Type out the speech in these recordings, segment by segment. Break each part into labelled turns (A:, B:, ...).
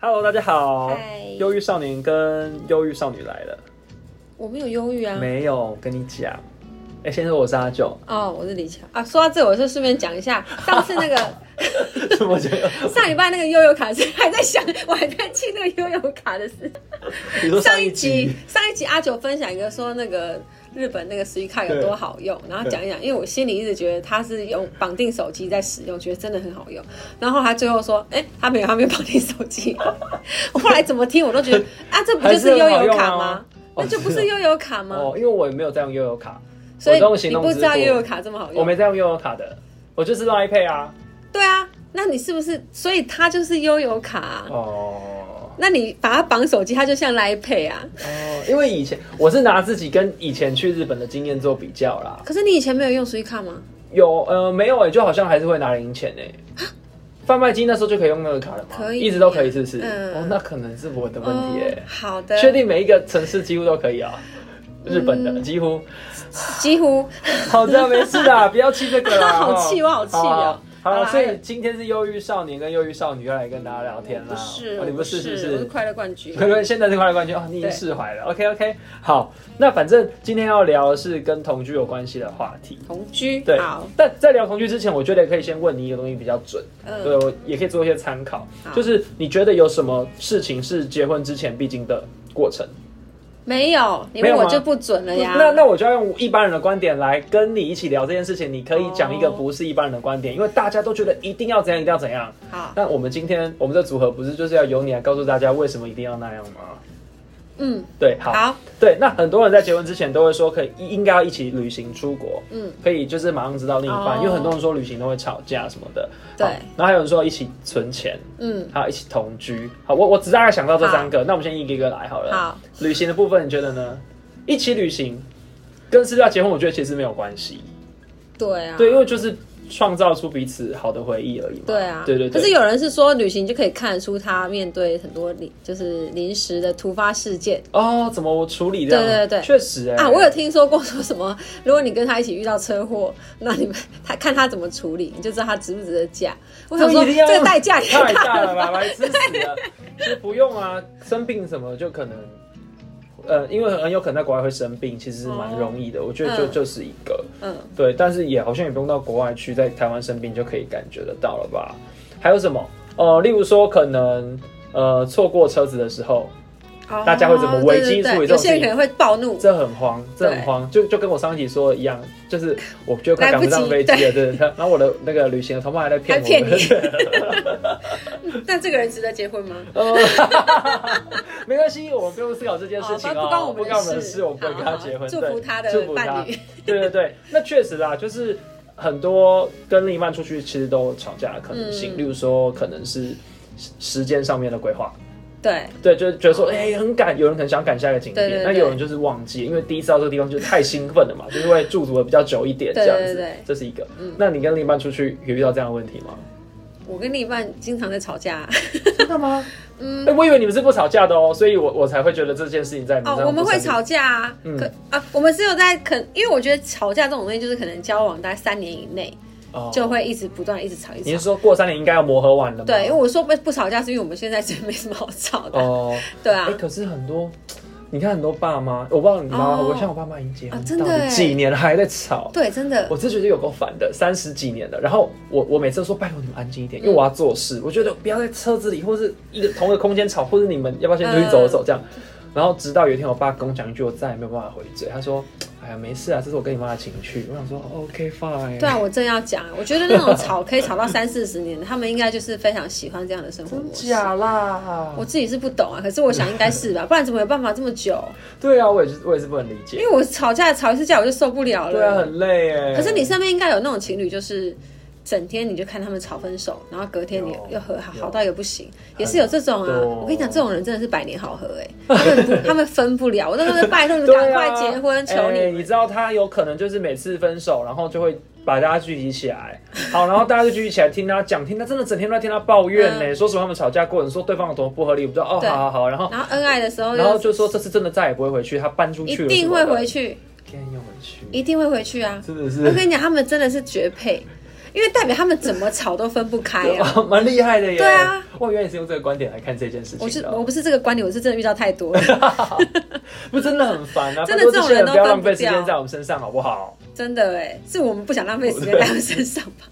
A: Hello，大家好
B: 嗨，
A: 忧郁少年跟忧郁少女来了。
B: 我没有忧郁啊。
A: 没有，我跟你讲，哎、先说我是阿九，
B: 哦，我是李强啊。说到这，我就顺便讲一下，上次那个
A: 怎么讲？
B: 上礼拜那个悠悠卡是还在想， 我还在记那个悠悠卡的事。
A: 你说上
B: 一
A: 一集，
B: 上一集阿九分享一个说那个日本那个 s u i c a 有多好用，然后讲一讲，因为我心里一直觉得他是用绑定手机在使用，觉得真的很好用。然后他最后说，哎、他没有，他没有绑定手机。 我后来怎么听我都觉得啊，这不就是悠悠卡吗？
A: 还是
B: 那就
A: 很好用啊
B: 不是悠悠卡吗？
A: 哦，因为我也没有在用悠游卡，
B: 所以
A: 我都用行
B: 你
A: 动
B: 不知道
A: 支付
B: 悠悠卡这么好用，
A: 我没在用悠游卡的，我就是用 iPad 啊。
B: 对啊，那你是不是？所以它就是悠游卡、啊。
A: 哦
B: 那你把它绑手机，它就像来配啊。
A: 哦，因为以前我是拿自己跟以前去日本的经验做比较啦。
B: 可是你以前没有用 s u i c a 吗？
A: 有呃没有哎、就好像还是会拿零钱哎、贩卖机那时候就可以用那个卡了吗？
B: 啊可以
A: 一直都可以，是不是？
B: 嗯
A: 哦，那可能是我的问题哎、
B: 哦好的，
A: 确定每一个城市几乎都可以啊？
B: 嗯
A: 日本的几乎。
B: 几乎
A: 好的，没事 的，不要气这个啦。
B: 好气
A: 哦
B: 我好气哦
A: 好啊好
B: 好
A: 了，
B: 啦
A: 所以今天是忧郁少年跟忧郁少女要来跟大家聊天啦。
B: 不是，
A: 哦你
B: 我
A: 不是是不
B: 我是
A: 是？
B: 快乐 冠军。
A: 可现在是快乐冠军哦，你已经
B: 对
A: 释怀了。OK OK，好，那反正今天要聊的是跟同居有关系的话题。
B: 同居，
A: 对
B: 好，，
A: 但在聊同居之前，我觉得可以先问你一个东西比较准，对
B: 嗯，
A: 我也可以做一些参考。
B: 好
A: 就是你觉得有什么事情是结婚之前必经的过程？
B: 没有，你
A: 没有
B: 问
A: 吗
B: 我就不准了呀。
A: 那那我就要用一般人的观点来跟你一起聊这件事情。你可以讲一个
B: 哦
A: 不是一般人的观点，因为大家都觉得一定要怎样，一定要怎样。
B: 好，
A: 那我们今天我们这组合不是就是要由你来告诉大家为什么一定要那样吗？
B: 嗯，
A: 对，好，
B: 好，
A: 对。那很多人在结婚之前都会说可以应该要一起旅行出国，
B: 嗯，
A: 可以就是马上知道另一半，
B: 哦
A: 因为很多人说旅行都会吵架什么的。
B: 对
A: 好然后还有人说一起存钱，
B: 嗯，
A: 还有一起同居。好，我我只大概想到这三个，那我们先一个一个来好了。
B: 好，
A: 旅行的部分你觉得呢？一起旅行跟是不是要结婚，我觉得其实没有关系。
B: 对啊，
A: 对，因为就是创造出彼此好的回忆而已嘛。
B: 对啊，
A: 对对对。
B: 可是有人是说，旅行就可以看得出他面对很多临，就是临时的突发事件。
A: 哦，怎么处理这样？
B: 对对对
A: 确实哎、
B: 啊，我有听说过说什么， 如果你跟他一起遇到车祸，那你们他看他怎么处理，你就知道他值不值得嫁。我想说，
A: 一定要
B: 这个代价也
A: 太
B: 大
A: 大
B: 了
A: 了
B: 吧？
A: 吧，白痴死了。其实不用啊，生病什么就可能，呃，因为很有可能在国外会生病，其实是蛮容易的。我觉得就
B: 哦嗯
A: 就是一个。
B: 嗯，
A: 对，但是也好像也不用到国外去，在台湾生病就可以感觉得到了吧？还有什么？呃，例如说可能呃错过车子的时候，大家会怎么
B: 哦
A: 危
B: 对对
A: 机处理
B: 对
A: 这种事
B: 有些
A: 情
B: 人可能会暴怒，
A: 这很慌，这很慌，就就跟我上一集说的一样，就是我觉得快赶不上飞机了，对对对。然后我的那个旅行的同伴还在骗我，
B: 还骗你
A: 对
B: 但这个人值得结婚吗？
A: 呃 没关系，我们不用思考这件事情哦，
B: 哦不关我
A: 不
B: 们的
A: 关我们的
B: 事
A: 事，我不会跟他
B: 好好
A: 结婚，
B: 祝
A: 对
B: 福他的
A: 祝福他
B: 伴侣。
A: 对对对， 那确实啦，就是很多跟另一半出去其实都有吵架的可能性，
B: 嗯
A: 例如说可能是时时间上面的规划，
B: 对，
A: 对，就是觉得说，哎、很赶，有人可能想赶下一个景点，
B: 哦对对
A: 那
B: 对
A: 有人就是忘记，因为第一次到这个地方就是太兴奋了嘛，就是会驻足的比较久一点这
B: 对
A: 样子，
B: 对对
A: 这是一个。
B: 嗯
A: 那你跟另一半出去有遇到这样的问题 吗？
B: 我跟另一半经常在吵架、啊
A: 真的吗？嗯、我以为你们是不吵架的哦，所以我我才会觉得这件事情在你们
B: 哦
A: 身，上
B: 我们
A: 不
B: 会
A: 成立
B: 吵架啊，
A: 嗯
B: 可啊，我们只有在可，因为我觉得吵架这种东西就是可能交往大概三年以内
A: 哦
B: 就会一直不断地一直吵一直
A: 你
B: 吵
A: 是。说过三年应该要磨合完了吗？
B: 对，因为我说不不吵架，是因为我们现在真的没什么好吵的。
A: 哦，
B: 对
A: 哎、
B: 啊，
A: 可是很多，你看很多爸妈，我不知道你妈妈，
B: 哦
A: 我像我爸妈已经结婚、
B: 啊真的
A: 到底
B: 哎
A: 几年了还在吵，
B: 对，真的
A: 我，是觉得有够烦的，三十几年了。然后我我每次都说拜托你们安静一点，因为我
B: 嗯
A: 要做事。我觉得不要在车子里或是一个同一个空间吵，或者你们要不要先出去
B: 嗯
A: 走走这样。然后直到有一天，我爸跟我讲一句，我再也没有办法回嘴。他说：“哎呀，没事啊，这是我跟你妈的情绪。”我想说：“OK fine。”
B: 对啊，我正要讲，我觉得那种吵可以吵到三四十年的， 他们应该就是非常喜欢这样的生活
A: 真
B: 模式。
A: 假啦？
B: 我自己是不懂啊，可是我想应该是吧，不然怎么有办法这么久？
A: 对啊，我也是，我也是不能理
B: 因
A: 解。
B: 为我吵架吵一次架我就受不了了。
A: 对啊，很累哎。
B: 可是你身边应该有那种情侣，就是整天你就看他们吵分手，然后隔天你
A: 有
B: 又和好，
A: 有
B: 好到也不行，也是有这种
A: 很
B: 啊。
A: 多
B: 我跟你讲，这种人真的是百年好合哎、他 们不他们分不了，我都是拜托你们赶快结婚，
A: 对
B: 求
A: 啊
B: 你
A: 哎
B: 们。
A: 你知道他有可能就是每次分手，然后就会把大家聚集起来， 好，然后大家就聚集起来听他讲，听他真的整天都在听他抱怨呢、
B: 嗯
A: 说什么他们吵架过程，说对方有多不合理，我不知道哦，
B: 对
A: 好好好，然后
B: 然后恩爱的时候
A: 然后
B: 又
A: 就说这次真的再也不会回去，他搬出
B: 一
A: 去了，
B: 定会回，去，
A: 天又回去，
B: 一定会回去啊！
A: 真的
B: 我
A: 是
B: 跟你讲，他们真的是绝配。因为代表他们怎么吵都分不开啊。
A: 哇 蛮厉害的耶。
B: 对啊，
A: 我原来也是用这个观点来看这件事情的。
B: 我是我不是这个观点，我是真的遇到太 多了，
A: 不真的很烦啊！
B: 真的
A: 拜托
B: 这种
A: 些
B: 人
A: 人
B: 都
A: 不要
B: 分
A: 浪
B: 不
A: 费时
B: 掉
A: 间在我们身上，好不好？
B: 真的哎，是我们不想浪费时间在他们身上吧？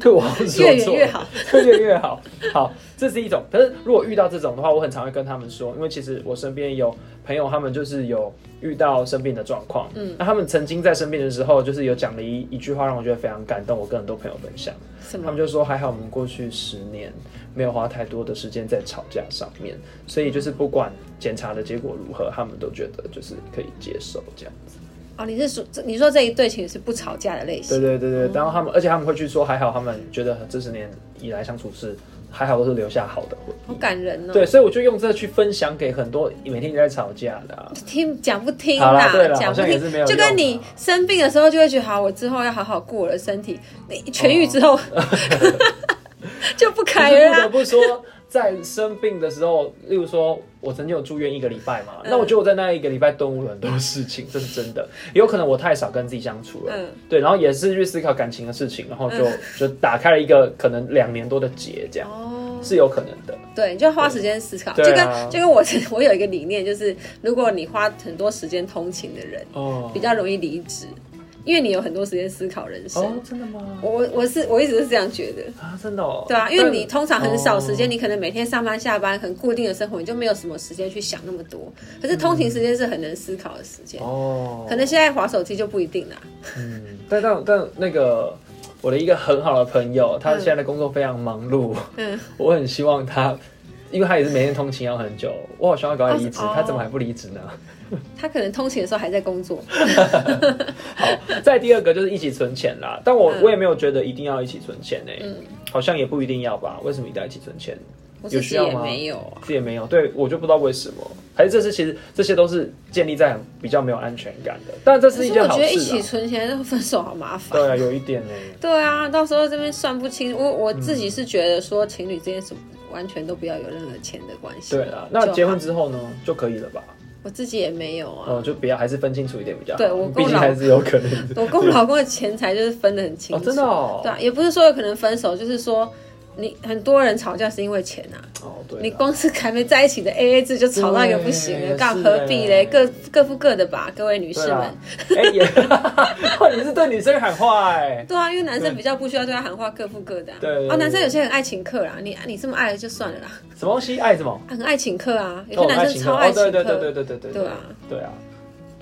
A: 对我好像说
B: 越远
A: 错
B: 越
A: 了
B: 好，
A: 对 越远越好。好，这是一种。可是如果遇到这种的话，我很常会跟他们说，因为其实我身边有朋友，他们就是有遇到生病的状况。
B: 嗯
A: 嗯，那他们曾经在生病的时候，就是有讲了一一句话，让我觉得非常感动。我跟很多朋友分享，
B: 什
A: 他
B: 么
A: 们？就说还好我们过去十年没有花太多的时间在吵架上面，所以就是不管检查的结果如何，他们都觉得就是可以接受这样。
B: 哦，你是说这你说这一对情侣是不吵架的类
A: 对
B: 型？
A: 对对对，然后他们，而且他们会去说，还好他们觉得这十年以来相处是还好都是留下好的回忆。
B: 好感人哦。
A: 对，所以我就用这去分享给很多每天在吵架的、啊。
B: 听讲不听
A: 好啦对啦好
B: 讲不
A: 像也
B: 听
A: 是没有，
B: 就
A: 用
B: 跟
A: 啊
B: 你生病的时候就会觉得，好，我之后要好好顾我的身体。你痊愈之 后、 就不
A: 可
B: 开
A: 是不
B: 了
A: 得
B: 啊。
A: 不说，在生病的时候，例如说我曾经有住院一个礼拜
B: 嗯
A: 嘛，那我觉得我在那一个礼拜顿悟了很多事情，这是真的。有可能我太少跟自己相处了，
B: 嗯
A: 对，然后也是去思考感情的事情，然后就、就打开了一个可能两年多的结，这样
B: 哦，
A: 是有可能的。
B: 对，你就要花时间思考，就
A: 对
B: 跟
A: 啊
B: 就跟我 我有一个理念，就是如果你花很多时间通勤的人，
A: 哦
B: 比较容易离职，因为你有很多时间思考人生。
A: 哦，真的吗？
B: 我我我是我一直是这样觉得，
A: 啊，真的哦。
B: 对啊，因为你通常很少时间，
A: 哦
B: 你可能每天上班下班很固定的生活，你就没有什么时间去想那么多。可是通勤时间是很能思考的时间，
A: 哦，
B: 可能现在划手机就不一定啦。
A: 嗯，但但但那个我的一个很好的朋友，他
B: 嗯
A: 现在的工作非常忙碌，
B: 嗯，
A: 我很希望他，因为他也是每天通勤要很久，我好希望他赶快离职，
B: 哦
A: 他怎么还不离职呢？
B: 他可能通勤的时候还在工作，
A: 好，再第二个就是一起存钱啦，但我
B: 嗯
A: 我也没有觉得一定要一起存钱呢、
B: 嗯
A: 好像也不一定要吧？为什么一定要一起存钱？
B: 我
A: 有
B: 自
A: 需
B: 己
A: 要
B: 也
A: 吗
B: 没有啊。
A: 这也没有，对我就不知道为什么，还是这是其实这些都是建立在比较没有安全感的，但这
B: 可
A: 是
B: 是
A: 一
B: 我
A: 件
B: 觉
A: 好
B: 得一起
A: 事啊。
B: 存钱分手好麻烦。
A: 对啊，有一点呢、
B: 对啊，到时候这边算不清，我
A: 嗯
B: 我自己是觉得说情侣之间是完全都不要有任何钱的关系。
A: 对啦，那结婚
B: 就好
A: 之后呢，就可以了吧？
B: 我自己也没有啊，
A: 哦，就比较还是分清楚一点比较好。
B: 对我跟我
A: 毕竟
B: 老
A: 还是有可能的。
B: 我跟我老公的钱财就是分得很清
A: 哦，
B: 楚。
A: 真的哦。
B: 对啊，也不是说有可能分手，就是说你很多人吵架是因为钱啊。
A: 哦，对啦。
B: 你光是还没在一起的 A A 制就吵到一个不行了，
A: 对
B: 干
A: 是
B: 嘛何必嘞？
A: 欸
B: 各各付各的吧，各位女士
A: 对啦
B: 们。，
A: 哎也，哇你是对女生喊话哎，
B: 对啊，因为男生比较不需要对他喊话，各付各的、啊。
A: 对对对
B: 哦，男生有些很爱请客啦，你你这么爱了就算了啦，
A: 什么东西爱什么？
B: 啊很爱请客啊，有
A: 哦，
B: 些男生
A: 情
B: 超
A: 歌
B: 爱
A: 哦，
B: 请客。
A: 对对对对对对对
B: 对
A: 对
B: 啊
A: 对啊。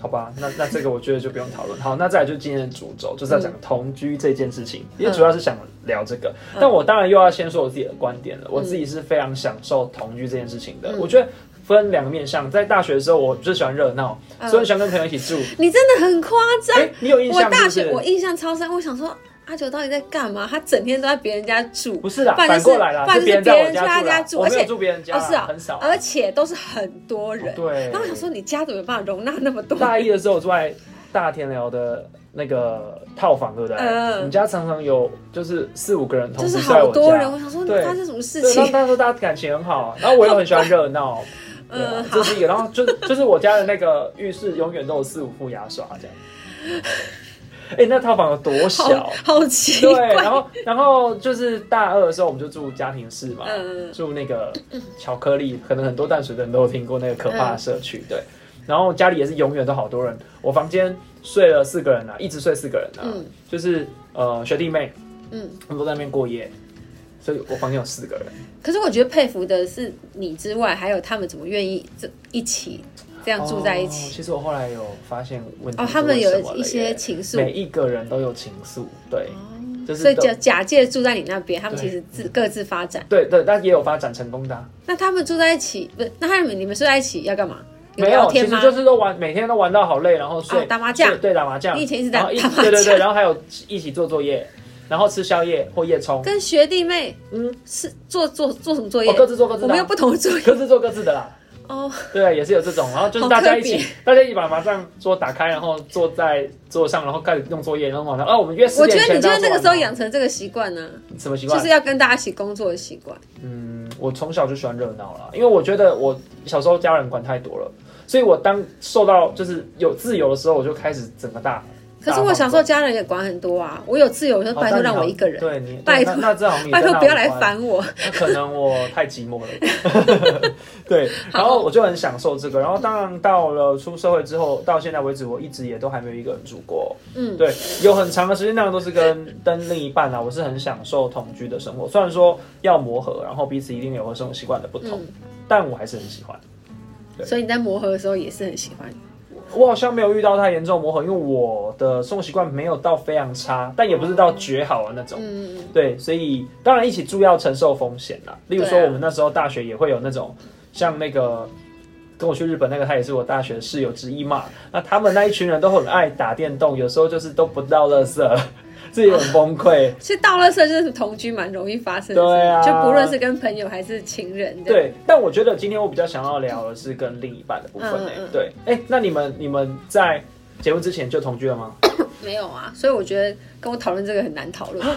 A: 好吧，那那这个我觉得就不用讨论。好，那再来就是今天的主轴，就是要讲同居这件事情，也主要是想聊这个。但我当然又要先说我自己的观点了，我自己是非常享受同居这件事情的。我觉得分两个面向，在大学的时候，我就喜欢热闹，所以我喜欢跟朋友一起住。
B: 你真的很夸张。
A: 哎，你有印
B: 我
A: 象
B: 大
A: 是不
B: 学
A: 是？
B: 我印象超深，我想说阿九到底在干嘛？他整天都在别人家住，
A: 不是啦，
B: 不然就
A: 反
B: 是
A: 过来啦，
B: 不然就是
A: 别人在我
B: 别人家
A: 啦
B: 住
A: 我没
B: 而
A: 有
B: 且
A: 住别人家
B: 哦
A: 啦，
B: 是啊、
A: 很少。哦
B: 而且都是很多人。
A: 对，
B: 然后我想说，你家怎么有办法容纳那么多？
A: 大一的时候我住在大田寮的那个套房，对不对？
B: 嗯
A: 我们家常常有就是四五个人同
B: 就是
A: 时住在
B: 好
A: 我
B: 多人，
A: 家
B: 我。想说
A: 对
B: 发生什么事
A: 对，然后
B: 情？
A: 那时候大家感情很好，然后我又很喜欢热 闹，对啊
B: 嗯，
A: 这是一个。然后就就是我家的那个浴室永远都有四五副牙刷这样。 哎，那套房有多小啊
B: 好？好奇
A: 对，
B: 怪。
A: 然后然后就是大二的时候，我们就住家庭式嘛，
B: 嗯嗯
A: 住那个巧克力，可能很多淡水的人都有听过那个可怕的社区，
B: 嗯
A: 对。然后家里也是永远都好多人，我房间睡了四个人啊，一直睡四个人啊，
B: 嗯
A: 就是呃学弟妹，
B: 嗯，
A: 他们都在那边过夜，所以我房间有四个人。
B: 可是我觉得佩服的是你之外，还有他们怎么愿意这一起这样住在一
A: 哦
B: 起。
A: 其实我后来有发现问题
B: 哦，
A: 是
B: 他们
A: 为什么
B: 有
A: 了
B: 一
A: 耶
B: 些情愫哦
A: 每，一个人都有情愫，对，哦就是
B: 所以
A: 都
B: 假假借住在你那边，他们
A: 对
B: 其实自各自发展。
A: 对对，但也有发展成功的啊、
B: 那他们住在一起，不是？那他们你们住在一起要干嘛？有
A: 没有
B: 聊，
A: 其
B: 天
A: 实
B: 吗？
A: 就是都玩，每天都玩到好累，然后睡、
B: 啊打麻将
A: 睡对，打麻将。
B: 你以前一直打
A: 然后
B: 打麻将
A: 对对对，然后还有一起做作业，然后吃宵夜或夜冲，
B: 跟学弟妹，嗯
A: 嗯，
B: 是做做做什么作业？
A: 哦各自做各自的啊
B: 我们又不同的 作业
A: 各自做各自的啦。
B: 哦。
A: 对，也是有这种，然后就是大
B: 好
A: 家
B: 特
A: 一
B: 别
A: 起，大家一起把麻将桌打开，然后坐在 桌上，然后开始弄作业，然后晚上啊，我们约十
B: 我觉
A: 点
B: 得
A: 前
B: 你
A: 大
B: 就
A: 家
B: 是
A: 做完
B: 那个
A: 了。
B: 时候养成这个习惯呢，
A: 什么习
B: 就
A: 惯
B: 是？要跟大家一起工作的习惯。
A: 嗯，我从小就喜欢热闹啦，因为我觉得我小时候家人管太多了，所以我当受到就是有自由的时候，我就开始整个大
B: 可是我小时候家人也管很多啊，我有自由，我就
A: 哦
B: 拜托
A: 但你
B: 让
A: 好
B: 我一个人，
A: 对你，对
B: 拜
A: 那
B: 托
A: 那正好你
B: 拜托
A: 跟他
B: 不要
A: 无
B: 来
A: 关
B: 烦我。
A: 那可能我太寂寞了， 对，然后我就很享受这个，然后当然到了出社会之后，到现在为止，我一直也都还没有一个人住过，
B: 嗯
A: 对，有很长的时间那样都是跟跟另一半啊，我是很享受同居的生活，虽然说要磨合，然后彼此一定有和生活习惯的不同，
B: 嗯，
A: 但我还是很喜欢。对
B: 所以你在磨合的时候也是很喜欢。
A: 我好像没有遇到太严重的磨合，因为我的生活习惯没有到非常差，但也不是到绝好的那种。
B: 嗯，嗯
A: 对，所以当然一起住要承受风险啦。例如说，
B: 对啊
A: 我们那时候大学也会有那种，像那个跟我去日本那个，他也是我大学室友之一嘛。那他们那一群人都很爱打电动，有时候就是都不到垃圾， 自己很崩溃。
B: 嗯其实到了社就是同居蛮容易发生的事，
A: 对啊
B: 就不论是跟朋友还是情人，，
A: 对，但我觉得今天我比较想要聊的是跟另一半的部分、
B: 嗯嗯
A: 欸
B: 嗯
A: 对，哎、那你们你们在结婚之前就同居了吗？
B: 没有啊。所以我觉得跟我讨论这个很难讨论，
A: 啊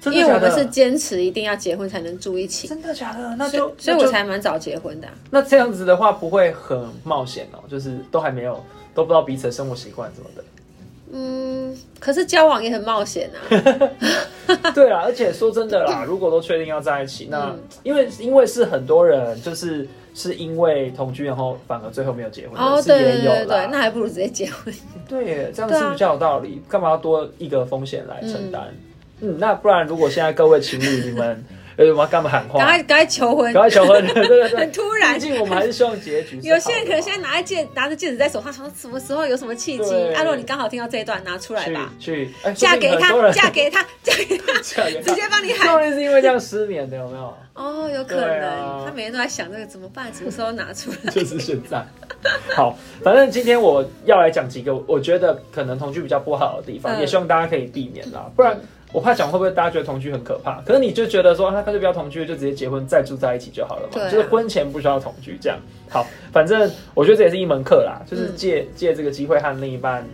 A: 真的
B: 因为
A: 假
B: 我
A: 的
B: 们是坚持一定要结婚才能住一起，
A: 真的假的？那
B: 所
A: 就
B: 以所以
A: 那
B: 我
A: 就
B: 才蛮早结婚的啊、
A: 那这样子的话，不会很冒险哦，就是都还没有都不知道彼此的生活习惯什么的。
B: 嗯，可是交往也很冒险 啊。
A: 对啊，而且说真的啦，如果都确定要在一起，那、
B: 嗯
A: 因为因为是很多人就是是因为同居，然后反而最后没有结婚的，
B: 哦，
A: 是
B: 对
A: 也
B: 对
A: 有
B: 对对
A: 啦，。
B: 那还不如直接结婚。
A: 对耶，这样
B: 对啊
A: 是比较有道理，干嘛要多一个风险来承担？嗯那不然如果现在各位情侣你 们呃，我要干嘛喊话
B: 赶？快赶快求婚
A: 赶，快 求婚！对对对
B: 很，突然
A: 毕。竟我们还是希望结局是好的嘛。
B: 有些人可能现在拿着戒拿着戒指在手上，想说什么时候有什么契机
A: 对？
B: 阿洛，若你刚好听到这一段，拿出来吧，
A: 去去，哎
B: 嫁给
A: 说不定很多人
B: 他，嫁给他， 嫁给他，
A: 嫁给他
B: 直接帮你
A: 说不
B: 喊。
A: 定是因为这样失眠的，有没有？
B: 哦，有可
A: 对啊
B: 能，他每天都在想这个怎么办，什么时候拿出来？
A: 就是现在。好，反正今天我要来讲几个我觉得可能同居比较不好的地方，
B: 嗯
A: 也希望大家可以避免啦，不然。我怕讲会不会大家觉得同居很可怕，可是你就觉得说，啊那干脆不要同居，就直接结婚再住在一起就好了嘛，
B: 对啊
A: 就是婚前不需要同居这样。好，反正我觉得这也是一门课啦，就是
B: 嗯
A: 借、借这个机会和另一半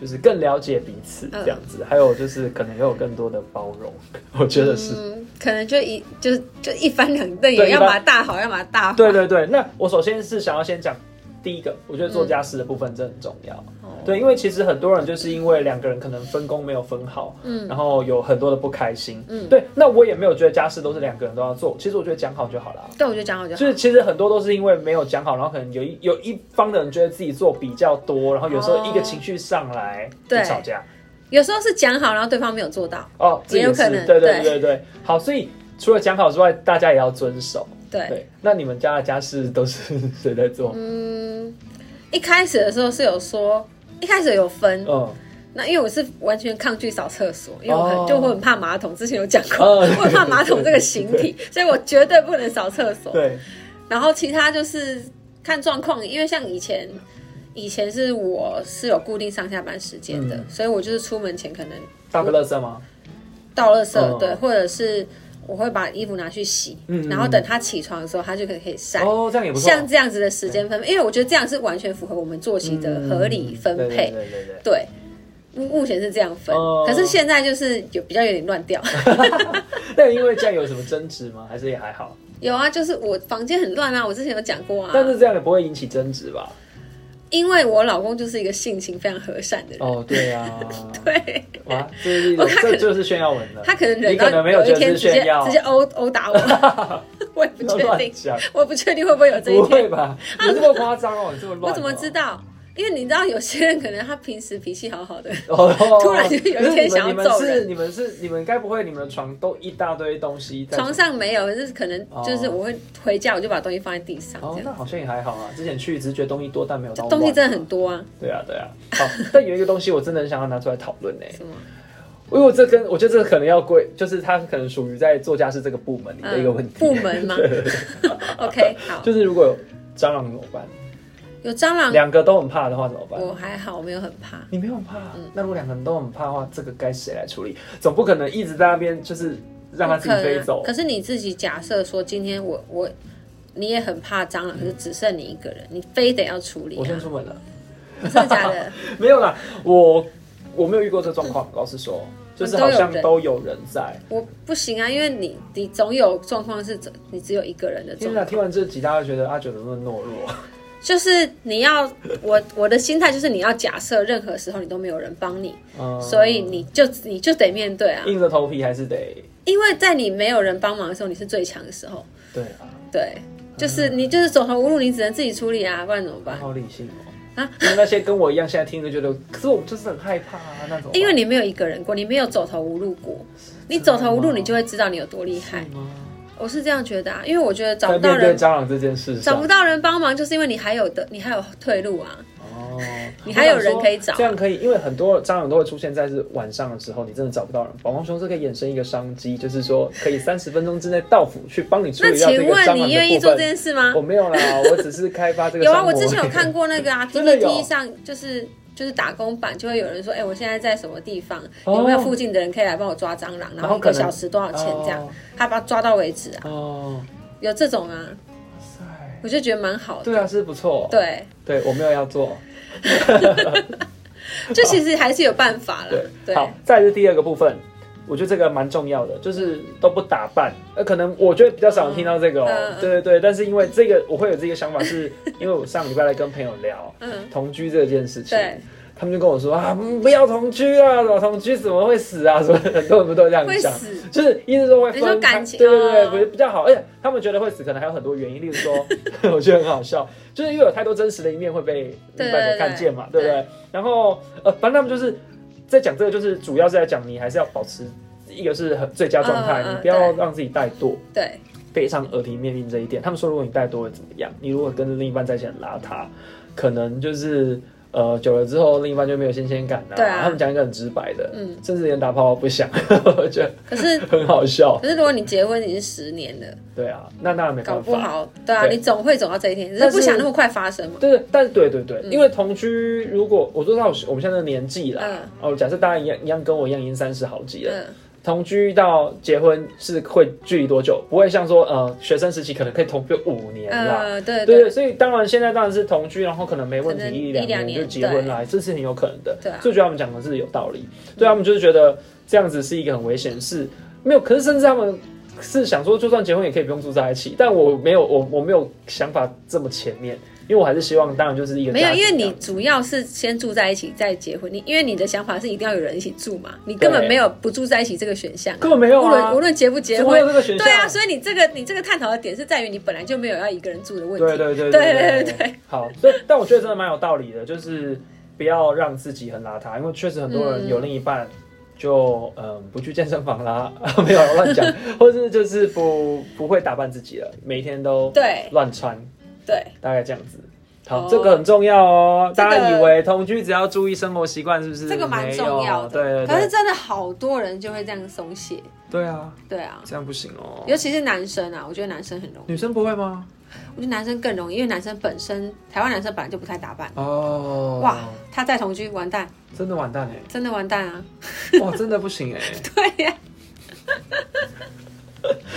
A: 就是更了解彼此
B: 嗯
A: 这样子，还有就是可能也有更多的包容，我觉得是。
B: 嗯，可能就一就就一翻两瞪眼，
A: 对
B: 要
A: 一
B: 么
A: 翻
B: 大好，要么大坏。
A: 对对对，那我首先是想要先讲第一个，我觉得做家事的部分真的很重要。
B: 哦
A: 对，因为其实很多人就是因为两个人可能分工没有分好，
B: 嗯
A: 然后有很多的不开心。
B: 嗯
A: 对，那我也没有觉得家事都是两个人都要做，其实我觉得讲好就好了。啊
B: 对，我就讲好就好
A: 就。是其实很多都是因为没有讲好，然后可能有一有一方的人觉得自己做比较多，然后有时候一个
B: 哦
A: 情绪上来就
B: 对
A: 吵架。
B: 有时候是讲好，然后对方没有做到。
A: 哦，这
B: 也有
A: 是
B: 可能
A: 对对
B: 对
A: 对对。好，所以除了讲好之外，大家也要遵守。
B: 对，
A: 对，那你们家的家事都是 谁在做？
B: 嗯，一开始的时候是有说，一开始有分，
A: 嗯
B: 那因为我是完全抗拒扫厕所，因为我很、
A: 哦
B: 就我很怕马桶，之前有讲过，
A: 哦
B: 我很怕马桶这个形 体，所以我绝对不能扫厕所。
A: 对，
B: 然后其他就是看状况，因为像以前，以前是我是有固定上下班时间的，
A: 嗯
B: 所以我就是出门前可能
A: 大个乐色吗？
B: 倒垃圾，
A: 哦
B: 对，或者是我会把衣服拿去洗，
A: 嗯嗯
B: 然后等他起床的时候，他就可以可以晒。
A: 哦，这样也不错。
B: 像这样子的时间分配，因为我觉得这样是完全符合我们作息的合理分
A: 嗯对
B: 配。
A: 对对对对
B: 对，目目前是这样分，
A: 哦
B: 可是现在就是有比较有点乱 掉。
A: 那因为这样有什么争执吗？还是也还好？
B: 有啊，就是我房间很乱啊，我之前有讲过啊。
A: 但是这样也不会引起争执吧？
B: 因为我老公就是一个性情非常和善的人，
A: 哦，对呀，
B: 对
A: 哇，这是一
B: 我
A: 种
B: 看
A: 这就是炫耀文了。
B: 他可能
A: 你
B: 忍
A: 可能
B: 到
A: 没有
B: 有
A: 觉
B: 一
A: 得
B: 天
A: 是
B: 直接
A: 炫耀
B: 直接，殴殴打我， 我也不
A: 不要
B: 确
A: 乱
B: 定，
A: 讲，
B: 我也不确定会不会有这一
A: 不
B: 天，
A: 会吧？ 你这么夸张哦，你这么乱哦，
B: 我怎么知道？因为你知道有些人可能他平时脾气好好的，
A: 哦？
B: 突然就有一天想要揍
A: 你们
B: 人
A: 你们是你们是你们该不会你们的床都一大堆东西在
B: 床？上没有，就是可能
A: 哦
B: 就是我会回家我就把东西放在地上
A: 哦
B: 这，样，
A: 那好像也还好啊。之前去只是觉得东西多，但没有到
B: 东西
A: 乱
B: 真的很多啊，
A: 对啊，对啊。好，但有一个东西我真的很想要拿出来讨论呢，欸
B: 什么？
A: 因为我这跟我觉得这个可能要归，就是它可能属于在做家事这个部门里的一个问题。
B: 嗯部门吗？OK，好，
A: 就是如果有蟑螂怎么办？
B: 有蟑螂，
A: 两个都很怕的话怎么办？
B: 我嗯还好，我没有很怕。
A: 你没有很怕，那如果两个人都很怕的话，这个该谁来处理？总不可能一直在那边就是让它自己飞走
B: 嗯可。啊是你自己假设说，今天我我你也很怕蟑螂，可是只剩你一个人，你非得要处理、
A: 我先
B: 啊，
A: 出门了，
B: 真的假的？
A: 没有啦，我我没有遇过这状况，老实说，就是好像都有人在。
B: 我不行啊，因为你你总有状况是只你只有一个人的状
A: 天哪，
B: 况，
A: 啊听完这集大家会觉得阿九怎么那么懦弱？
B: 就是你要我我的心态就是你要假设任何时候你都没有人帮你，
A: 嗯
B: 所以你就你就得面对啊，
A: 硬着头皮还是得
B: 因为在你没有人帮忙的时候，你是最强的时候。
A: 对啊，
B: 对，就是你就是走投无路，你只能自己处理啊，不然怎么办？
A: 好理性哦。
B: 啊
A: 因为那些跟我一样，现在听着觉得，可是我就是很害怕啊，那种。
B: 因为你没有一个人过，你没有走投无路过，你走投无路，你就会知道你有多厉害。我是这样觉得啊，因为我觉得找
A: 在
B: 不到
A: 面对
B: 人，
A: 蟑螂这件事
B: 找
A: 上
B: 不，到人帮忙，就是因为你还有的，你还有退路啊。
A: 哦，
B: 你还有
A: 我想说
B: 人可以找
A: 这样可以，因为很多蟑螂都会出现在是晚上的时候，你真的找不到人。宝光熊这可以衍生一个商机，就是说可以三十分钟之内到府去帮你处
B: 那
A: 理掉这
B: 请
A: 个蟑螂
B: 问
A: 的
B: 你愿意做这
A: 部分。
B: 件事吗
A: 我？没有啦，我只是开发这个
B: 有
A: 商模
B: 啊，
A: 而已。
B: 我之前有看过那个啊
A: 真的有
B: ，PPT 上就是就是打工版，就会有人说，哎、我现在在什么地方，
A: 哦
B: 有没有附近的人可以来帮我抓蟑螂，然
A: 然
B: 后
A: 后
B: 一
A: 可
B: 个
A: 能
B: 小时多少钱这样
A: 哦，
B: 他把它抓到为止 啊，
A: 哦，
B: 有这种啊，
A: 塞，
B: 我就觉得蛮好的。
A: 对啊，是不错。
B: 对，
A: 对，我没有要做。
B: 就其实还是有办法啦。
A: 对，好，再来是第二个部分，我觉得这个蛮重要的，就是都不打扮。呃，可能我觉得比较少人听到这个哦、
B: 嗯嗯嗯
A: 对对对。但是因为这个，我会有这个想法 是，因为我上礼拜来跟朋友聊
B: 嗯，
A: 同居这件事情，
B: 对，
A: 他们就跟我说啊，嗯不要同居啊，怎么同居怎么会死啊？什么很多人不都这样
B: 会
A: 讲？
B: 死。
A: 就是意思说会分
B: 你
A: 开
B: 说感情
A: 对对对，
B: 哦
A: 我觉得比较好。而且他们觉得会死，可能还有很多原因，例如说， 我觉得很好笑，就是因为有太多真实的一面会被另
B: 对
A: 一半
B: 对对
A: 所看见嘛，
B: 对
A: 对不对？然后呃，反正他们就是在讲这个，就是主要是在讲你还是要保持一个是很最佳状态，
B: 嗯嗯嗯
A: 你不要让自己怠惰。
B: 对，
A: 非常耳提面命这一点，他们说如果你怠惰会怎么样？你如果跟另一半在一起很邋遢，可能就是呃久了之后另一半就没有新鲜感啦、
B: 对啊
A: 他们讲一个很直白的，
B: 嗯
A: 甚至连打炮都不想， 我觉得
B: 可是
A: 很好笑。
B: 可是如果你结婚已经十年了，
A: 对啊，那那没
B: 搞
A: 办
B: 不
A: 法。
B: 好，对啊，
A: 对
B: 你总会走到这一天，只是
A: 但是
B: 不想那么快发生嘛。
A: 对对，但对对对，
B: 嗯
A: 因为同居，如果我说到我们现在的年纪啦，
B: 嗯
A: 哦，假设大家一样一样跟我一样已经三十好几了，
B: 嗯，
A: 同居到结婚是会距离多久？不会像说呃学生时期可能可以同居五年啦，
B: 呃，对
A: 对
B: 对
A: 对，所以当然现在当然是同居，然后可能没问题
B: 可，能
A: 一
B: 一两
A: 两
B: 年
A: 年就结婚啦，这是很有可能的。
B: 对啊
A: 所以我觉得他们讲的是有道理，对他们就是觉得这样子是一个很危险的事，没有，可是甚至他们。是想说，就算结婚也可以不用住在一起，但我没有，我我没有想法这么前面，因为我还是希望，当然就是一个
B: 没有，
A: 家庭
B: 因
A: 这
B: 为你
A: 样
B: 主要是先住在一起再结婚，你因为你的想法是一定要有人一起住嘛，你根本
A: 对
B: 没有不住在一起这个选项。
A: 根本没有
B: 无
A: 啊
B: 论无，论结不结
A: 只会
B: 婚
A: 有这个选项
B: 对啊，所以你这个你这个探讨的点是在于你本来就没有要一个人住的问题。
A: 对对对
B: 对对
A: 对
B: 对对
A: 好，所以但我觉得真的蛮有道理的，就是不要让自己很邋遢，因为确实很多
B: 嗯
A: 人有另一半就嗯、不去健身房啦， 没有啦乱讲，或是就是不不会打扮自己了，每天都
B: 对
A: 乱穿，
B: 对
A: 大概这样子。好，
B: 哦
A: 这个很重要哦。
B: 这个
A: 大家以为同居只要注意生活习惯，是不是？
B: 这个蛮重要的。
A: 没有对
B: 可
A: 对
B: 是
A: 对，
B: 真的好多人就会这样松懈。
A: 对啊，
B: 对啊，
A: 这样不行哦。
B: 尤其是男生啊，我觉得男生很容易，
A: 女生不会吗？
B: 我觉得男生更容易，因为男生本身台湾男生本来就不太打扮。
A: 哦，
B: 哇，他再同居完蛋，
A: 真的完蛋哎！
B: 真的完 蛋啊！
A: 哇，真的不行哎。
B: 对呀、啊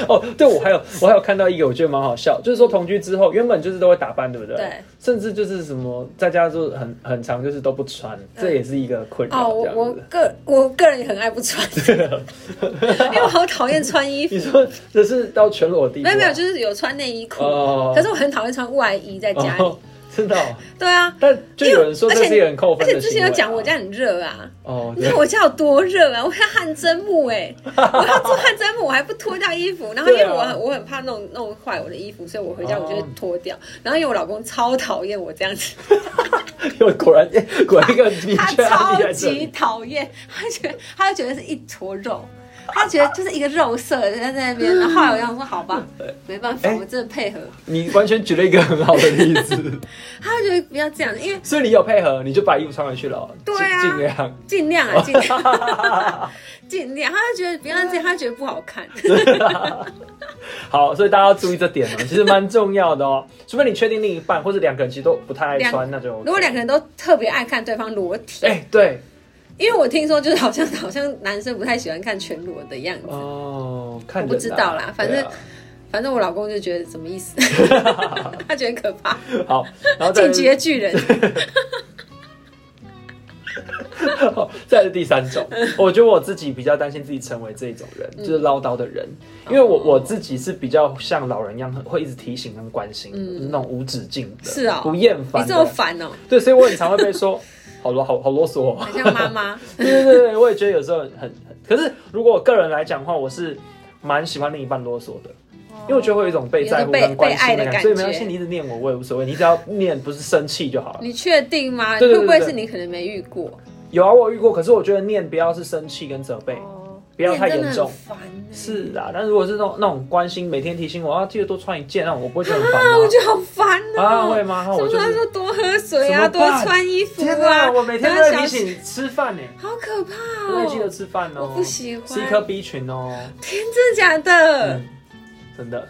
A: 哦，对，我还有我还有看到一个，我觉得蛮好笑，就是说同居之后，原本就是都会打扮，对不对？
B: 对。
A: 甚至就是什么在家就很很长，就是都不穿，这也是一个困
B: 哦，
A: 扰。
B: 我
A: 这样
B: 我
A: 子。
B: 个我个人也很爱不 穿，因为我好讨厌穿衣 服。
A: 你说这是到全裸地步
B: 没
A: 啊？
B: 有没有，就是有穿内衣裤，
A: 哦
B: 可是我很讨厌穿外衣在家里。
A: 哦， 真的哦。
B: 对啊，
A: 但就有人说
B: 而
A: 这
B: 且
A: 是一个很扣
B: 而
A: 分
B: 且
A: 的行为啊。
B: 之前有讲我家很热 啊，
A: 哦，
B: 你
A: 对
B: 看，我家有多热啊！我要汗蒸木哎、我要做汗蒸木，我还不脱掉衣服。然后因为
A: 对啊
B: 我很我很怕弄弄坏我的衣服，所以我回家
A: 哦
B: 我就会脱掉。然后因为我老公超讨厌我这样子，
A: 有果然果然一个很明
B: 他
A: 确的案例
B: 超
A: 在这里
B: 级讨厌，他觉得他就觉得是一坨肉。他觉得就是一个肉色在那边，然后后来我想说 好吧，没办法，
A: 哎
B: 我真的配合。
A: 你完全举了一个很好的例子，
B: 他就觉得不要这样，因为
A: 所以你有配合，你就把衣服穿回去了哦，
B: 对啊
A: 尽尽量。
B: 尽量啊，尽 量，尽量。他就觉得不要这
A: 哎
B: 样，他觉得不好看。
A: 好，所以大家要注意这点哦，其 实蛮重要的哦。除非你确定另一半或者两个人其实都不太爱穿，那就 OK
B: 如果两个人都特别爱看对方裸体，
A: 哎、对
B: 因为我听说就是好像好像男生不太喜欢看全裸的样子。
A: 哦，看人啊
B: 我不知道啦反正
A: 对啊
B: 反正我老公就觉得什么 意思， 他觉
A: 啊
B: 得很 可怕，
A: 好，然后再
B: 进击的巨人。
A: 好再是第三种，我觉得我自己比较担心自己成为这种人，
B: 嗯
A: 就是唠叨的人，因为
B: 哦
A: 我我自己是比较像老人一样，会一直提醒跟关心的，就是那种无止境的，
B: 嗯是哦
A: 不厌
B: 你
A: 烦
B: 这么
A: 的，
B: 烦哦，
A: 对，所以我很常会被说， 好啰好好啰嗦、哦，
B: 很像妈妈。
A: 对对对，对，我也觉得有时候很很，可是如果我个人来讲的话，我是蛮喜欢另一半啰嗦的，因为我觉得会有一种被在乎
B: 哦有
A: 跟
B: 一种被
A: 关心
B: 被爱的
A: 感
B: 感
A: 所以没关
B: 觉
A: 系，你一直念我我也无所谓，你只要念不是生气就好了。
B: 你确定吗？
A: 对对对
B: 会不会
A: 对
B: 是你可能没遇过？
A: 有啊，我有遇过，可是我觉得念不要是生气跟责备，
B: 哦，
A: 不要太严
B: 那你真的
A: 重
B: 很烦欸
A: 是啊。但如果是那种那种关心，每天提醒我要记得多穿一件，那种我不会觉得很烦
B: 啊，我
A: 吗？
B: 觉得好烦哦。
A: 啊，会吗？那我
B: 什
A: 就
B: 么
A: 是
B: 说多喝水
A: 怎么
B: 啊，多
A: 办
B: 穿衣服
A: 天
B: 啊，
A: 我每天都
B: 多
A: 在
B: 小
A: 提
B: 心，
A: 醒吃饭呢，
B: 好可怕
A: 我也记得
B: 哦！
A: 吃饭
B: 我
A: 哦，
B: 不喜欢
A: 吃一颗 B 群哦，
B: 天，真的假的
A: 嗯？真的。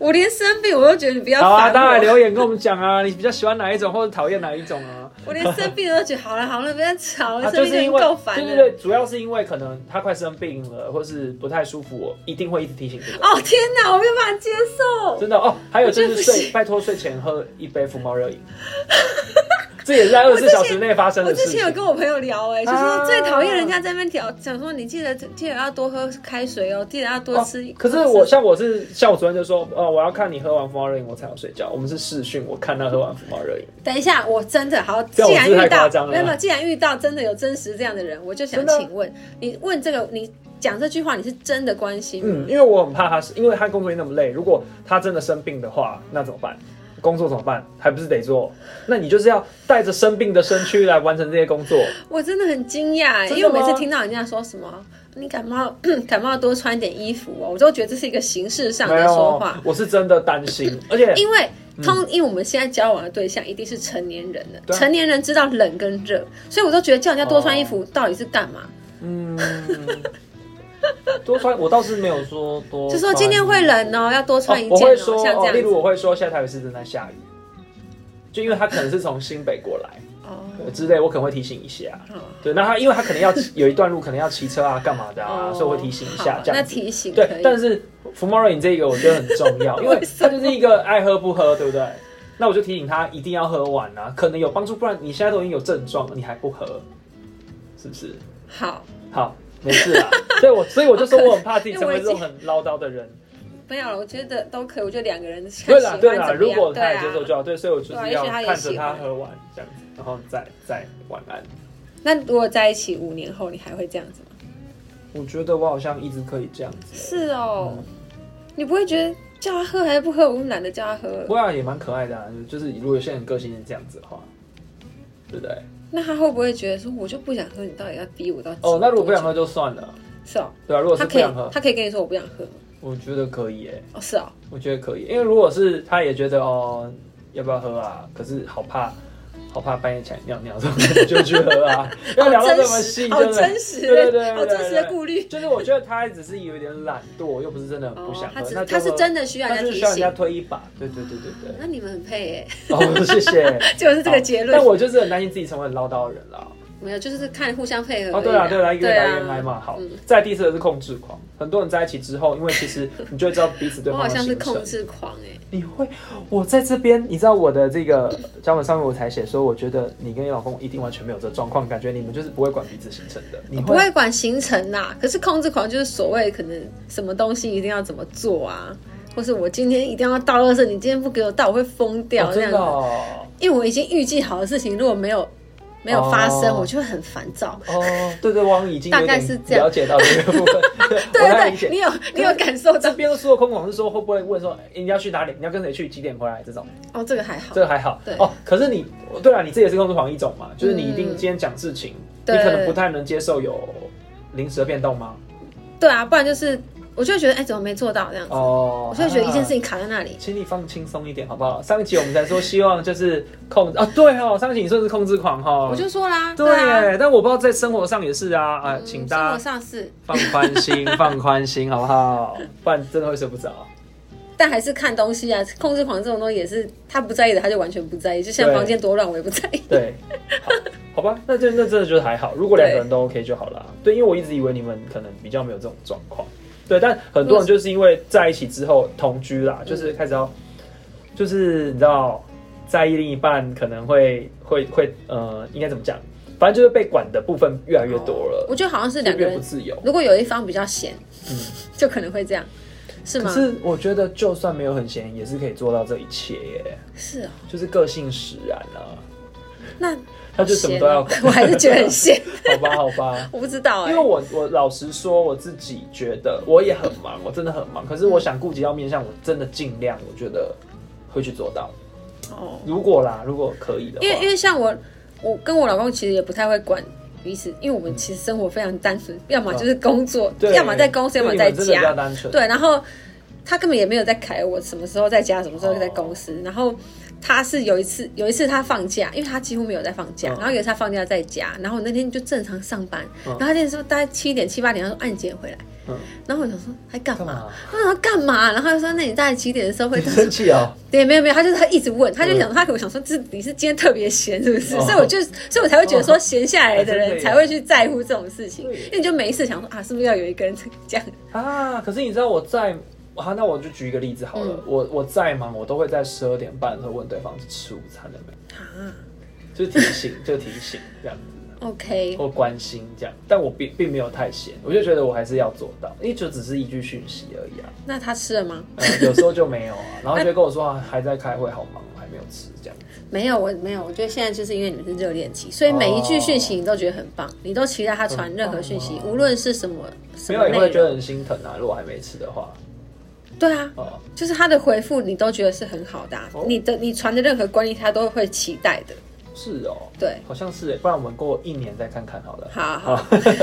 B: 我连生病我都觉得你不要
A: 好啊，
B: 烦哦
A: 当然
B: 我，
A: 留言跟我们讲啊， 你比较喜欢哪一种，或者讨厌哪一种啊？
B: 我连生病都觉得好了好了，不要吵
A: 啊，
B: 了，
A: 就
B: 生病
A: 是因
B: 已经
A: 为
B: 够烦
A: 对对
B: 了。
A: 对，主要是因为可能他快生病了，或是不太舒服，我一定会一直提醒这个。
B: 哦天哪，我没有办法接受。
A: 真的哦，还有就
B: 我觉得
A: 是
B: 不
A: 睡，
B: 行
A: 拜托睡前喝一杯福猫热饮， 这也是在二十四小时内发生
B: 我
A: 的
B: 之
A: 事情
B: 前有。跟我朋友聊、哎，就是
A: 啊
B: 最讨厌人家在那边挑，讲说你记得记得要多喝开水哦，记得要多
A: 哦
B: 吃。
A: 可是我像我是像我昨天就说，哦，我要看你喝完福猫热饮我才要睡觉。我们是视讯，我看他喝完福猫热饮，
B: 等一下，我真的好，既
A: 这样
B: 然
A: 我是
B: 遇
A: 太
B: 到
A: 夸张了
B: 没有没有，既然遇到真的有真实这样的人，我就想
A: 真的
B: 请问你问这个，你讲这句话，你是真的关心吗？
A: 嗯，因为我很怕他是，因为他工作也那么累，如果他真的生病的话，那怎么办？工作怎么办？还不是得做？那你就是要带着生病的身躯来完成这些工作。
B: 我真的很惊讶、哎
A: 真的吗
B: 因为我每次听到人家说什么你感冒感冒多穿点衣服哦，我都觉得这是一个形式上
A: 没
B: 的说
A: 有
B: 话，，
A: 我是真的担 心，而且
B: 因为。通，因为我们现在交往的对象一定是成年人了，
A: 对啊
B: 成年人知道冷跟热，所以我都觉得叫人家多穿衣
A: 哦
B: 服到底是干嘛？
A: 嗯，多穿我倒是没有说多穿，
B: 就说今天会冷哦，要多穿一
A: 哦我
B: 件
A: 会
B: 哦，
A: 说，
B: 像这
A: 哦
B: 样
A: 例如
B: 子。
A: 我会说，现在台北市正在下雨，就因为他可能是从新北过来
B: 哦
A: 呃之类，我可能会提醒一下。
B: 好
A: 对，那他因为他可能要骑有一段路，可能要骑车啊，干嘛的啊，
B: 哦
A: 所以我会提醒一
B: 好
A: 下这
B: 那
A: 样子。
B: 提醒
A: 对
B: 可以，
A: 但是福猫瑞饮这个我觉得很重 要，因为
B: 为什
A: 他
B: 么
A: 就是一个爱喝不喝，对不对？那我就提醒他一定要喝完啊，可能有帮助，不然你现在都已经有症状了，你还不喝，是不是？
B: 好，
A: 好，没事 啦。所以我所以我就说我很怕自己
B: 因为
A: 成
B: 我
A: 为
B: 已
A: 这种
B: 经
A: 很唠叨的人。
B: 没有了，我觉得都可以。我觉得两个人看喜
A: 对
B: 欢
A: 啦
B: 怎
A: 对
B: 么
A: 啦，
B: 样，
A: 如果他也
B: 对啊
A: 接受就好。对，所以我就
B: 对啊
A: 是
B: 也许
A: 要
B: 他也
A: 看着
B: 喜
A: 他
B: 欢
A: 喝完这样子，然后再再晚安。
B: 那如果在一起五年后，你还会这样子吗？
A: 我觉得我好像一直可以这样子欸，
B: 是哦，你不会觉得叫他喝还是不喝，我懒得叫他喝了
A: 不。过也蛮可爱的啊。就是如果有些人个性是这样子的话，对不对？
B: 那他会不会觉得说，我就不想喝，你到底要逼我到几
A: 哦，那如果不想
B: 多久，
A: 喝就算了，
B: 是哦，
A: 对啊，如果是
B: 他
A: 不
B: 可
A: 想喝
B: 以，，他可以跟你说我不想喝吗
A: 我觉得可以诶，
B: 哦，是哦，
A: 我觉得可以，因为如果是他也觉得哦，要不要喝啊？可是好怕。好怕半夜起来尿尿，所以我就去喝啊！要
B: 好
A: 聊到这
B: 真
A: 么
B: 实，
A: 细，
B: 好
A: 真的
B: 真实，
A: 对对对对
B: 好真实的
A: 对
B: 顾虑。
A: 就是我觉得他只是有一点懒惰，又不是真的很不想喝，
B: 哦他只
A: 那就
B: 他是真的需要
A: 那
B: 人
A: 就是需
B: 家
A: 要
B: 提
A: 人家
B: 醒。
A: 推一把，对对对对对。
B: 那你们很配耶，
A: 哦，谢谢。
B: 就是这个结论
A: 但。我就是很担心自己成为很唠叨的人啦。
B: 没有，就是看互相配合而已。
A: 哦，对啦，对啦，越来越爱
B: 啊
A: 嘛。好
B: 嗯，
A: 再第四个是控制狂，很多人在一起之后，因为其实你就会知道彼此对
B: 我
A: 方
B: 好
A: 的
B: 像是
A: 心
B: 控
A: 声。
B: 制狂哎，
A: 你会，我在这边，你知道我的这个脚本上面我才写说，我觉得你跟你老公一定完全没有这状况，感觉你们就是不会管彼此行程的。你
B: 不会管行程啦。可是控制狂就是所谓可能什么东西一定要怎么做啊，或是我今天一定要到垃圾，你今天不给我到，我会疯掉
A: 哦
B: 这
A: 真
B: 样
A: 的
B: 子。
A: 哦。
B: 因为我已经预计好的事情，如果没有没有发生，
A: 哦
B: 我就会很烦躁。
A: 哦，对对，我已经有
B: 大概
A: 点
B: 是这样
A: 了解到这个 部分，对我大概
B: 对
A: 理
B: 对对，你
A: 解。
B: 有你有感受到
A: 这边说的空广是说会不会问说、哎诶你要去哪里，你要跟谁去，几点回来这种，
B: 哦，这个还好
A: 这。个还好。
B: 对
A: 哦，可是你对啊，你这也是控制狂一种嘛，就是你一定
B: 嗯
A: 今天讲事情，
B: 对
A: 你可能不太能接受有临时的变动吗？
B: 对啊，不然就是我就会觉得哎，怎么没做到这样子？
A: 哦，
B: 我就会觉得一件事
A: 啊。
B: 情卡在那里。
A: 请你放轻松一点，好不好？上一集我们才说希望就是控啊，对哦，上一集你说是控制狂哈、哦，
B: 我就说啦，
A: 对
B: 啊，
A: 耶，但我不知道在生活上也是啊，啊、
B: 嗯
A: 请
B: 生
A: 大
B: 活
A: 家
B: 上是，
A: 放宽心，放宽心，好不好？不然真的会睡不着。
B: 但还是看东西啊。控制狂这种东西也是，他不在意的，他就完全不在意。就像
A: 对
B: 房间多乱，我也不在意。
A: 对，好，好吧，那就那真的就是还好，如果两个人都 OK 就好啦。对，因为我一直以为你们可能比较没有这种状况，对，但很多人就是因为在一起之后同居啦，就是开始要，就是你知道，在意另一半可能会会会呃，应该怎么讲？反正就是被管的部分越来越多了，
B: 我觉得好像是
A: 越
B: 两
A: 来
B: 个
A: 越不
B: 人，
A: 自由。
B: 如果有一方比较闲，就可能会这样，是
A: 可
B: 吗？
A: 是我觉得，就算没有很闲，也是可以做到这一切耶，
B: 是哦，
A: 就是个性使然啊。
B: 那
A: 他就什么都要管
B: 闲哦 我还是觉得 很闲，
A: 好吧，好吧。
B: 我不知道哎、
A: 因为我我老实说，我自己觉得我也很忙，我真的很忙。可是
B: 嗯
A: 我想顾及到面向，我真的尽量，我觉得会去做到。
B: 哦，
A: 如果啦，如果可以的话，
B: 因为因为像我，我跟我老公其实也不太会管彼此，因为我们其实生活非常单纯，要么就是工作，
A: 嗯哦对
B: 要么在公司，要么在
A: 因为你们真的比较
B: 家，
A: 单纯。
B: 对，然后他根本也没有在凯我什么时候在家，什么时候在公
A: 哦
B: 司。然后他是有一次，有一次他放假，因为他几乎没有在放假。
A: 嗯
B: 然后有一次他放假在家，然后我那天就正常上班。
A: 嗯
B: 然后他那天说大概七点七八点，他说按检回来。
A: 嗯
B: 然后我想说还干
A: 干
B: 嘛？
A: 嘛？
B: 他说干嘛？然后他就说那你大概几点的时 候会
A: 你？生气 哦？
B: 对，没有没有，他就是他一直问，他就
A: 嗯
B: 想他跟我想说这你是今天特别闲是不是？
A: 哦
B: 所以我就所以我才会觉得说闲下来 的
A: 还真
B: 人
A: 的耶
B: 才会去在乎这种事情，
A: 对
B: 因为你就没事想说啊是不是要有一个人这 样？
A: 啊，可是你知道我在啊，那我就举一个例子好了，
B: 嗯
A: 我我再忙，我都会在十二点半的时候问对方吃午餐了没，
B: 啊
A: 就是提醒，就提醒这样子，
B: ，OK，
A: 或关心这样，但我并并没有太闲，我就觉得我还是要做到，因为就只是一句讯息而已啊，
B: 那他吃了吗？
A: 呃有时候就没有啊，然后就会跟我说、啊、还在开会，好忙，还没有吃这样，
B: 没有，我没有。我觉得现在就是因为你们是热恋期，所以每一句讯息你都觉得很棒，你都期待他传任何讯息，
A: 很棒啊
B: 无论是什么什
A: 没
B: 么
A: 有也
B: 内
A: 会觉得
B: 容。
A: 很心疼啊，如果还没吃的话，
B: 对啊，
A: 哦、
B: 就是他的回复你都觉得是很好的啊、
A: 哦
B: 你的你传的任何关系他都会期待的。
A: 是哦，
B: 对，
A: 好像是耶，不然我们过一年再看看好了。
B: 好啊好，
A: 好，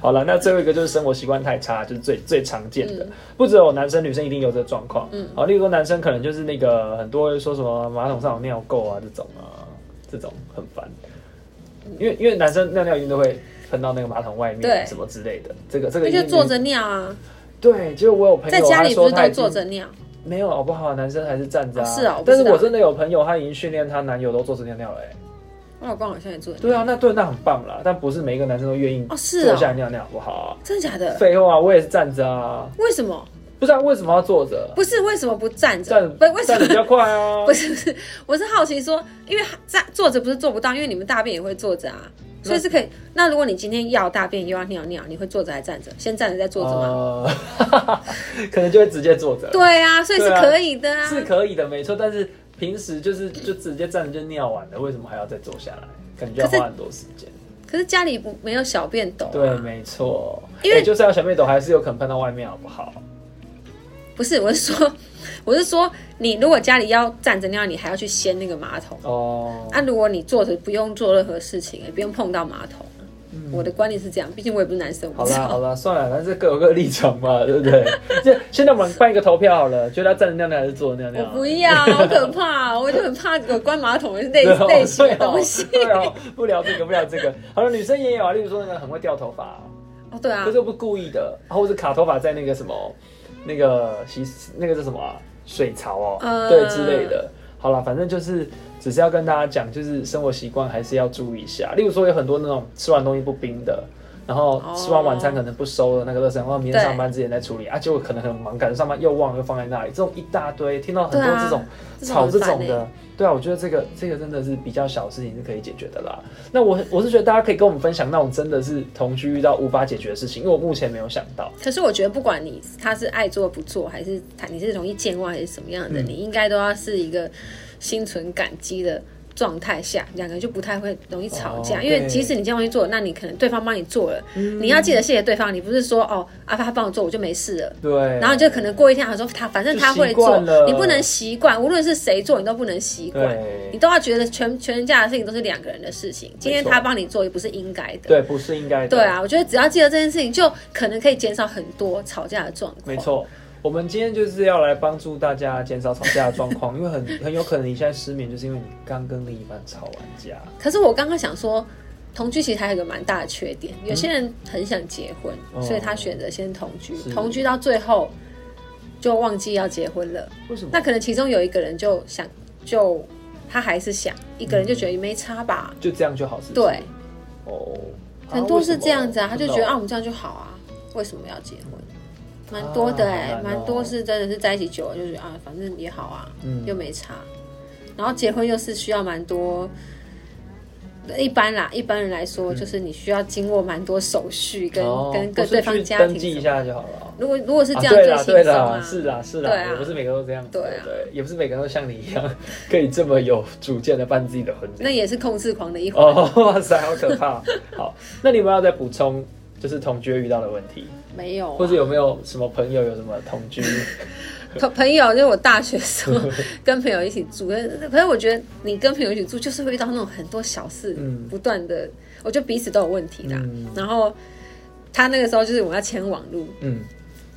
A: 好了，那最后一个就是生活习惯太差，就是最最常见
B: 嗯
A: 的，不只有男生女生一定有这个状况。嗯，好，例如说男生可能就是那个很多人说什么马桶上有尿垢啊这种啊，这种很烦，因为因为男生尿尿一定都会喷到那个马桶外
B: 嗯对
A: 面什么之类的，这个这个
B: 那
A: 一定
B: 就坐着尿啊，
A: 对，就是我有朋友
B: 在家
A: 他
B: 里
A: 说
B: 不是
A: 他
B: 都
A: 已经
B: 坐着尿？
A: 没有好不好？男生还是站着、
B: 哦是啊我不
A: 但是
B: 知道
A: 我真的有朋友他已经训练他男友都坐着尿尿了、欸，
B: 我老公好像也坐着尿。
A: 对啊，那对那很棒啦，但不是每一个男生都愿意
B: 哦是
A: 坐下来
B: 哦，
A: 尿尿，好不好？
B: 真的假的？
A: 废话，我也是站着啊，
B: 为什么？
A: 不知啊道为什么要坐着，
B: 不是为什么不站着？
A: 站
B: 不为什
A: 站着
B: 么
A: 比？较快啊
B: 不。是不是，我是好奇说，因为站坐着不是做不到，因为你们大便也会坐着啊，
A: 那
B: 所以是可以。那如果你今天要大便又要尿尿，你会坐着还站着？先站着再坐着吗？
A: 呃， 可能就会直接坐着，
B: 对啊，所以是
A: 对啊
B: 可以的啊。
A: 是可以的，没错。但是平时就是就直接站着就尿完了，为什么还要再坐下来？感觉要
B: 可是
A: 花很多时间。
B: 可是家里不没有小便斗、啊，
A: 对，没错。
B: 因为
A: 哎就是要小妹斗，还是有可能喷到外面，好不好？
B: 不是，我是说，我是说，你如果家里要站着尿，你还要去掀那个马桶。
A: 哦，
B: 啊，如果你坐着不用做任何事情，也不用碰到马桶。
A: 嗯
B: 我的观念是这样，毕竟我也不是男生，我
A: 好
B: 不知
A: 啦
B: 道。
A: 好啦，算了，但是各有各立场嘛，对不 对？现现在我们办一个投票好了，觉得要站着尿尿还是坐着尿
B: 我
A: 尿？
B: 不要，好可怕！我就很怕有关马桶的类
A: 对哦
B: 类型的
A: 对哦
B: 东西。
A: 对哦，不聊这个，不聊这个。好了，女生也有啊，例如说那个很会掉头发、
B: 哦，对啊
A: 可，是我不是故意的，啊或者卡头发在那个什么，那个洗那个是什么啊？水槽哦，
B: 嗯
A: 对之类的。好了，反正就是只是要跟大家讲，就是生活习惯还是要注意一下。例如说有很多那种吃完东西不冰的。然后吃完晚餐可能不收了那个垃圾，然后明天
B: 哦对
A: 上班之前再处理啊，结果可能很忙，赶着上班又忘了又放在那里，这种一大堆，听到很多
B: 对啊
A: 这种
B: 这种
A: 吵
B: 很
A: 这
B: 烦
A: 种
B: 欸
A: 的，对啊，我觉得这个这个真的是比较小的事情是可以解决的啦。那我我是觉得大家可以跟我们分享那种真的是同居遇到无法解决的事情，因为我目前没有想到。
B: 可是我觉得，不管你他是爱做不做，还是他你是容易健忘还是什么样
A: 嗯
B: 的，你应该都要是一个心存感激的状态下，两个人就不太会容易吵架。
A: 哦
B: 因为
A: 对嗯
B: 即使你健忘去做，那你可能对方帮你做了，你要记得谢谢对方。你不是说哦，阿、啊、他帮我做，我就没事了。
A: 对，
B: 然后就可能过一天，他说他反正他会
A: 就习
B: 做
A: 惯了，
B: 你不能习惯，无论是谁做，你都不能习惯，你
A: 对
B: 都要觉得全全家的事情都是两个人的事情。今天
A: 没错
B: 他帮你做，也不是应该的。
A: 对，不是应该的。
B: 对，啊，我觉得只要记得这件事情，就可能可以减少很多吵架的状况。
A: 没，错。我们今天就是要来帮助大家减少吵架的状 况，因为很很有可能你现在失眠，就是因为你刚跟另一半吵完架。
B: 可是我刚刚想说，同居其实还有一个蛮大的缺点，有些人很想结婚，
A: 哦
B: 所以他选择先同居，
A: 是
B: 同居到最后就忘记要结婚了。
A: 为什么？
B: 那可能其中有一个人就想，就他还是想，一个人就觉得没差吧，
A: 就这样就好是不是？
B: 对，
A: 哦，啊
B: 很多是这样子啊，他
A: 为什
B: 就
A: 么
B: 觉得
A: 真
B: 啊，
A: 的
B: 我们这样就好啊，为什么要结婚？蛮多的哎、
A: 啊好难
B: 蛮
A: 哦
B: 多是真的是在一起久了就觉得啊，反正也好啊，
A: 嗯
B: 又没差。然后结婚又是需要蛮多一般啦，一般人来说，就是你需要经过蛮多手续跟、
A: 嗯哦
B: 啊跟
A: 不
B: 跟
A: 是
B: 对
A: 去
B: 方家
A: 登
B: 庭
A: 记一
B: 什么。
A: 下就好了。
B: 如果如果是这样
A: 对
B: 最
A: 啦，
B: 轻
A: 对
B: 松
A: 啦，
B: 啊，
A: 是啦，是
B: 对
A: 啦，
B: 啊
A: 也不是每个都这样子，
B: 对啊
A: 对，也不是每个人都像你一样，可以这么有主见的办自己的婚
B: 那
A: 礼。
B: 也是控制狂的一环。
A: 哦，哇塞，好可 怕！好，那你们要再补充，就是同居遇到的问题，
B: 没有、啊，
A: 或者有没有什么朋友有什么同 居？
B: 朋 朋友，就是我大学的 时候跟朋友一起住，可是可是我觉得你跟朋友一起住，就是会遇到那种很多小事，
A: 嗯
B: 不断的，我觉得彼此都有问题的啊。
A: 嗯
B: 然后他那个时候就是我们要签网路，
A: 嗯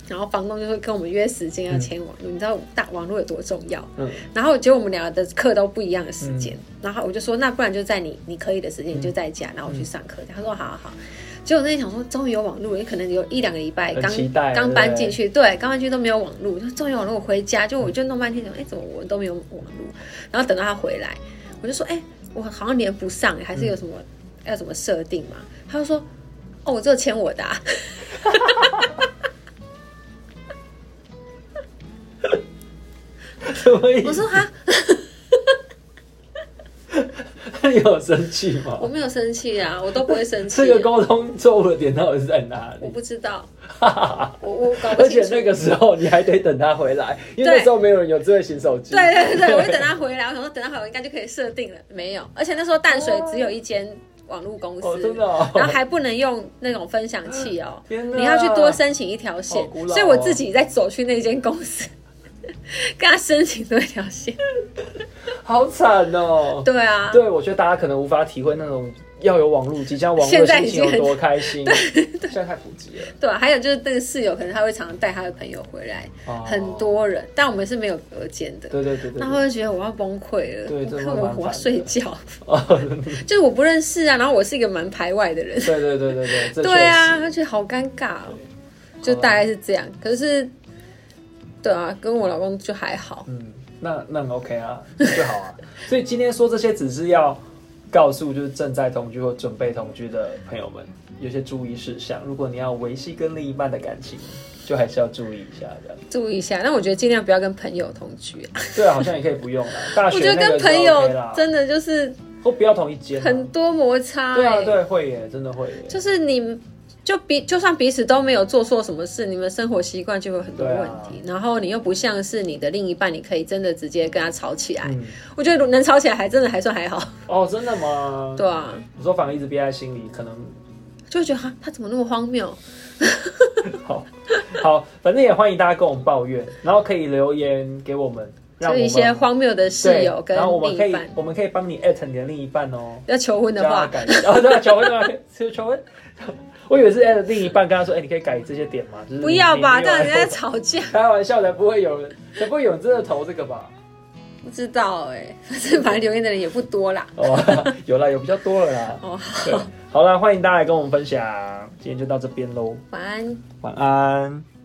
B: 然后房东就会跟我们约时间要签网路，你知道大网络有多重要？
A: 嗯
B: 然后结果我们俩的课都不一样的时间，然后我就说那不然就在你你可以的时间
A: 嗯
B: 你就在家，然后我去上课。他说好好好。结果那天想说，终于有网络，也可能有一两个礼拜
A: 很
B: 刚
A: 期待
B: 刚
A: 对
B: 搬进去，对，刚搬进去都没有网络，就终于有网络，我回家就我就弄半天，想哎怎么我都没有网络，然后等到他回来，我就说哎我好像连不上，还是有什
A: 嗯
B: 么、要怎么设定嘛？他就说哦我只有签我的、啊，
A: 什么意
B: 我
A: 思？
B: 说哈
A: 你有生气吗
B: 我？没有生气啊，我都不会生气 啊、
A: 这个沟通错误的点到底是在哪
B: 我
A: 里？
B: 不知道，我我搞不
A: 而
B: 清
A: 且
B: 楚。
A: 那个时候你还得等他回来，因为
B: 对
A: 那时候没有人有智慧型手机。
B: 对对对，我就等他回来，我想说等他回来我应该就可以设定了，没有。而且那时候淡水只有一间网络公司，
A: 哦，真的哦，
B: 然后还不能用那种分享器 哦，
A: 天哪
B: 你要去多申请一条线
A: 好，古老哦
B: 所以我自己再走去那间公司。跟他申请多一条线，
A: 好惨哦。
B: 对啊，
A: 对，我觉得大家可能无法体会那种要有网络，即将网络
B: 现
A: 的
B: 在
A: 心
B: 已
A: 情
B: 经
A: 有
B: 很
A: 多开心。现在太普及了，
B: 对啊，还有就是那个室友，可能他会常常带他的朋友回来，
A: 哦
B: 很。多人，但我们是没有隔间的，
A: 对对对对
B: 然后
A: 对，
B: 我就觉得我要崩溃了，
A: 对
B: 我
A: 真的
B: 看
A: 蛮
B: 我我
A: 烦
B: 要
A: 的
B: 睡觉，
A: 哦， 真的
B: 就是我不认识啊，然后我是一个蛮排外的人，
A: 对对对对对，这确
B: 对啊，
A: 实
B: 他觉得好尴尬哦，就大概是这样。可是，对啊，跟我老公就还好，
A: 嗯，那那很 OK 啊，最好啊。 所以今天说这些只是要告诉就是正在同居或准备同居的朋友们，有些注意事项。如果你要维系跟另一半的感情，就还是要注意一下这样。
B: 注意一下。但我觉得尽量不要跟朋友同居啊、
A: 对啊，好像也可以不用了。大
B: 我
A: 学
B: 觉得
A: 啊那
B: 跟
A: 个是 OK 啦
B: 朋友真的就是
A: 或不要同一间啊，
B: 很多摩擦、
A: 对啊
B: 欸
A: 对会耶，真的会耶。
B: 就是你。就彼就算彼此都没有做错什么事，你们生活习惯就会有很多
A: 对
B: 问
A: 啊
B: 题。然后你又不像是你的另一半，你可以真的直接跟他吵起来。
A: 嗯，
B: 我觉得能吵起来还真的还算还好，
A: 哦，真的吗？
B: 对啊，
A: 我说反而一直憋在心里，可能
B: 就会觉得哈他怎么那么荒谬？
A: 好 好，反正也欢迎大家跟我们抱怨，然后可以留言给我们，让
B: 就
A: 我
B: 一
A: 们
B: 些荒谬的室友
A: 对
B: 跟
A: 然后我们可
B: 另一
A: 以
B: 半，
A: 我们可以帮你艾特你的另一半哦，
B: 要求婚的
A: 叫他
B: 话，
A: 改，哦对啊，求婚啊，求求婚， 我以为是艾特另一半，跟他说，哎、你可以改这些点吗？就是你
B: 不要吧，
A: 你
B: 这
A: 没有。
B: 样人家在吵架
A: 开玩笑的，不会有人，才不会有人真的投这个吧？
B: 不知道哎、反正反正留言的人也不多啦。
A: 哦， 有啦，有比较多了啦。
B: 哦，
A: 对，好啦，欢迎大家来跟我们分享，今天就到这边喽，
B: 晚安。
A: 晚安。